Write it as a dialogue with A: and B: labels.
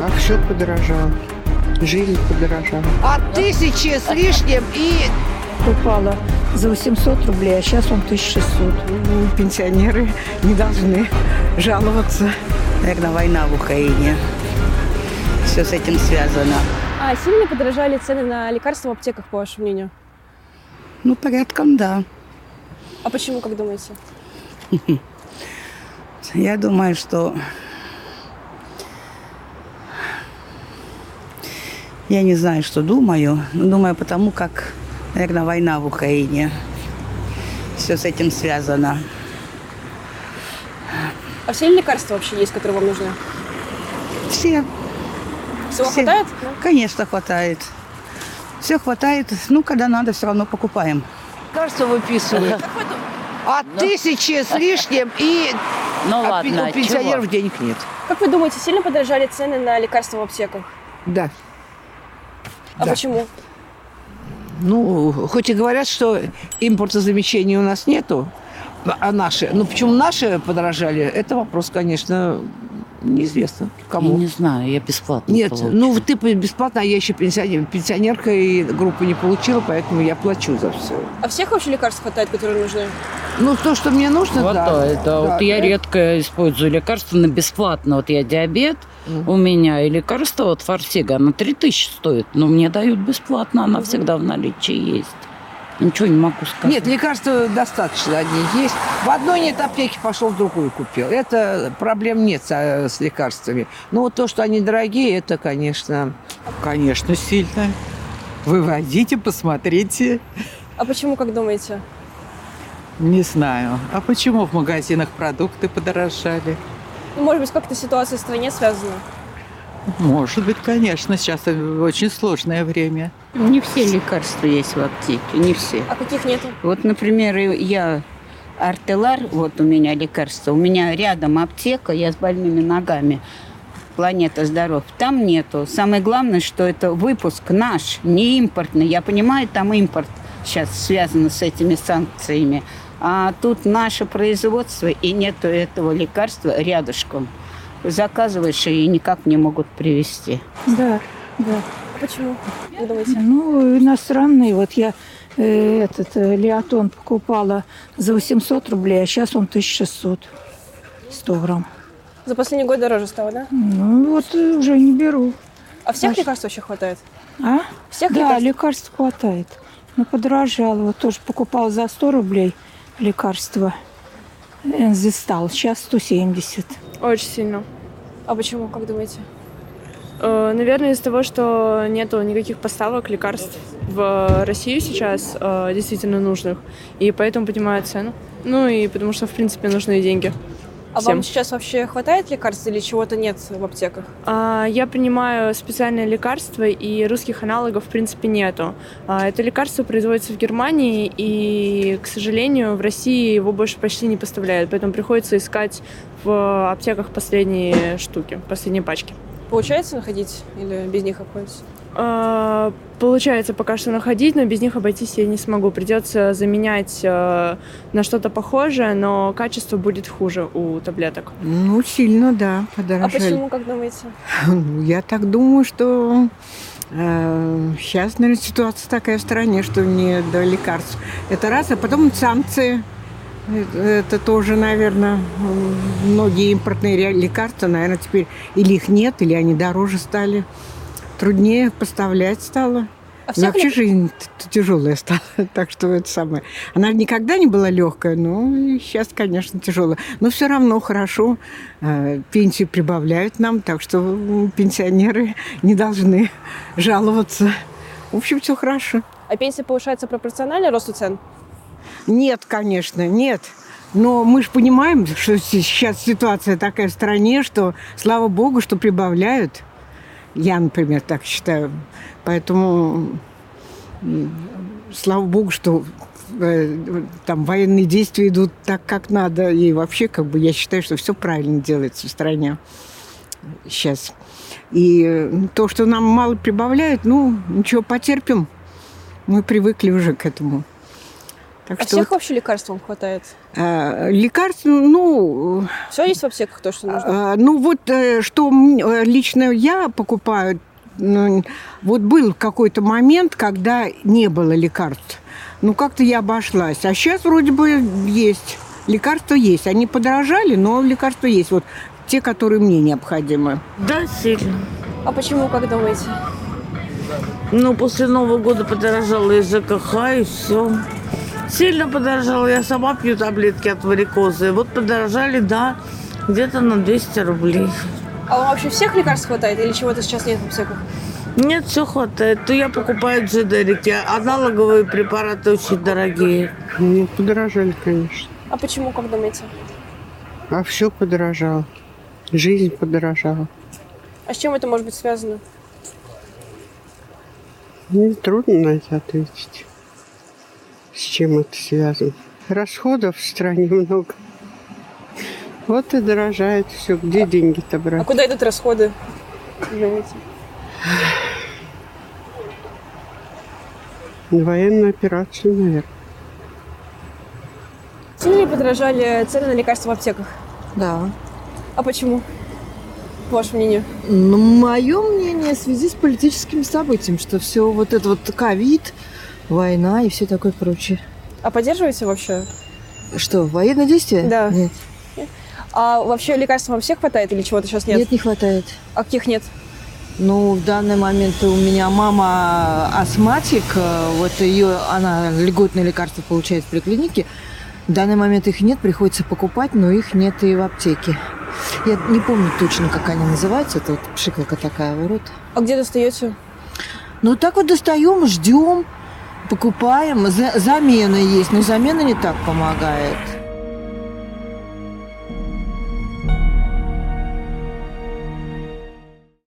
A: а все подорожало. Жизнь подорожала.
B: А
C: От тысячи с лишним и
D: Упала за 800 рублей, а сейчас он 1600.
E: Ну, пенсионеры не должны жаловаться.
B: Наверное, война в Украине. Все с этим связано.
F: А сильно подорожали цены на лекарства в аптеках, по вашему мнению?
B: Ну, порядком, да.
F: А почему, как думаете?
B: Я думаю, что... Я не знаю, что думаю. но Думаю, потому как, наверное, война в Украине. Все с этим связано.
F: А все ли лекарства вообще есть, которые вам нужны?
B: Все, Все.
F: Всего хватает? Ну, Да?
B: конечно, хватает. Все хватает. Ну, когда надо, все равно покупаем. А
C: лекарства выписывают. От тысячи с лишним и
G: Ну
E: А пе-
G: ладно,
E: у
G: а
E: пенсионеров
G: чего?
E: денег нет.
F: Как вы думаете, сильно подорожали цены на лекарства в аптеках?
A: Да.
F: А
E: Да.
F: почему?
E: Ну, хоть и говорят, что импортозамещения у нас нету, а наши. Ну, почему наши подорожали, это вопрос, конечно, неизвестно
G: Я
E: кому.
G: не знаю, я бесплатно
E: Нет,
G: получу.
E: ну ты п- бесплатно, а я еще пенсионер, пенсионерка и группу не получила, поэтому я плачу за все.
F: А всех вообще лекарств хватает, которые нужны?
E: Ну, то, что мне нужно, да.
G: Хватает, да.
E: Да,
G: Вот я
E: это-
G: редко использую лекарства на бесплатно. Вот я диабет,
E: Мгм.
G: у меня и лекарство вот форсига, она 3000 стоит, но мне дают бесплатно, она всегда в наличии есть. Ничего не могу сказать.
E: Нет, лекарства достаточно, одни есть. В одной нет аптеки, пошел в другую купил. Это проблем нет со- с, лекарствами. Ну, вот то, что они дорогие, это, конечно,
H: Конечно, сильно. Выводите, посмотрите.
F: А почему, как думаете?
H: Не знаю. А почему в магазинах продукты подорожали?
F: Ну, может быть, как-то ситуация в стране связана?
H: Может быть, конечно, сейчас очень сложное время.
I: Не все лекарства есть в аптеке, не все.
F: А каких нету?
I: Вот, например, и я Артелар, вот у меня лекарство, у меня рядом аптека, я с больными ногами, планета здоров, там нету. Самое главное, что это выпуск наш, не импортный. Я понимаю, там импорт сейчас связан с этими санкциями, а тут наше производство, и нету этого лекарства рядышком. Заказываешь, и никак не могут привезти.
D: Да, да.
F: А почему, как думаете?
D: Ну, иностранные, вот я э, этот э, Леотон покупала за 800 рублей, а сейчас он 1600. 100 грамм.
F: За последний год дороже стало, да?
D: Ну, вот э, уже не беру.
F: А всех
D: Наш-
F: лекарств вообще хватает?
D: А?
F: Всех
D: да,
F: лекарств?
D: лекарств хватает. Но подорожало. Вот тоже покупала за 100 рублей лекарство. Энзистал. Сейчас 170.
J: Очень сильно.
F: А почему, как думаете?
J: Э, Наверное, из-за того, что нету никаких поставок лекарств в Россию сейчас э, действительно нужных, и поэтому поднимают цену. Ну и потому что, в принципе, нужны деньги.
F: А
J: Всем.
F: вам сейчас вообще хватает лекарств или чего-то нет в аптеках?
J: А, Я принимаю специальные лекарства, и русских аналогов, в принципе, нету. А, Это лекарство производится в Германии, и, к сожалению, в России его больше почти не поставляют, поэтому приходится искать в аптеках последние штуки, последние пачки.
F: Получается находить или без них обходится?
J: Э, Получается пока что находить, но без них обойтись я не смогу. Придется заменять э, на что-то похожее, но качество будет хуже у таблеток.
A: Ну, сильно, да,
F: А
A: подорожали. Ну,
F: почему, как думаете?
A: Я так думаю, что сейчас, наверное, ситуация такая в стране, что не до лекарств. Это раз, а потом санкции. Это- Это тоже, наверное, многие импортные ре- лекарства, наверное, теперь или их нет, или они дороже стали. Труднее поставлять стало.
F: А
A: Ну,
F: всех
A: вообще
F: ли-
A: жизнь тяжелая стала, так что это самое. Она никогда не была легкая, но и сейчас, конечно, тяжелая. Но все равно хорошо. э, Пенсию прибавляют нам, так что м, пенсионеры не должны жаловаться. В общем, все хорошо.
F: А пенсия повышается пропорционально росту цен?
A: Нет, конечно, нет. Но мы же понимаем, что сейчас ситуация такая в стране, что, слава богу, что прибавляют. Я, например, так считаю. Поэтому, м, слава богу, что э, там военные действия идут так, как надо. И вообще, как бы, я считаю, что все правильно делается в стране сейчас. И э, то, что нам мало прибавляют, ну, ничего, потерпим. Мы привыкли уже к этому.
K: Так
F: А
K: что
F: всех
K: вот,
F: вообще лекарств вам хватает?
A: а,
K: э, лекарств, ну,
F: Все есть в аптеках то, что нужно?
K: А, Ну вот э, что м- э, лично я покупаю, ну, вот был какой-то момент, когда не было лекарств. Ну как-то я обошлась. А сейчас вроде бы есть. Лекарства есть. Они подорожали, но лекарства есть. Вот те, которые мне необходимы.
J: Да, сильно.
F: А почему, как думаете?
J: Ну, после Нового года подорожало и ЖКХ, и все. Сильно подорожало. Я сама пью таблетки от варикозы. Вот подорожали, да, где-то на 200 рублей.
F: А вам вообще всех лекарств хватает или чего-то сейчас нет в аптеках?
J: Нет, все хватает. То я покупаю джедерики. Аналоговые препараты очень дорогие.
L: Ну, подорожали, конечно.
F: А почему, как думаете?
L: А все подорожало. Жизнь подорожала.
F: А с чем это может быть связано?
L: Мне трудно на это ответить. С чем это связано? Расходов в стране много. Вот и дорожает все. Где деньги-то
F: А
L: брать?
F: куда идут расходы? как думаете?
L: На военную операцию, наверное.
F: Сильно ли подорожали цены на лекарства в аптеках?
A: Да.
F: А почему? По вашему мнению?
A: Ну, мое мнение в связи с политическим событием, что все вот это вот ковид, война и все такое прочее.
F: А поддерживаете вообще?
A: Что, военные действия?
F: Да.
A: Нет.
F: А вообще лекарств вам всех хватает или чего-то сейчас нет?
A: Нет, не хватает.
F: А каких нет?
A: Ну, в данный момент у меня мама астматик, э, вот ее, она льготные лекарства получает в поликлинике. В данный момент их нет, приходится покупать, но их нет и в аптеке. Я не помню точно, как они называются, это вот пшикалка такая, ворот.
F: А где достаете?
A: Ну, так вот достаем, ждем, покупаем. За- замена есть, но замена не так помогает.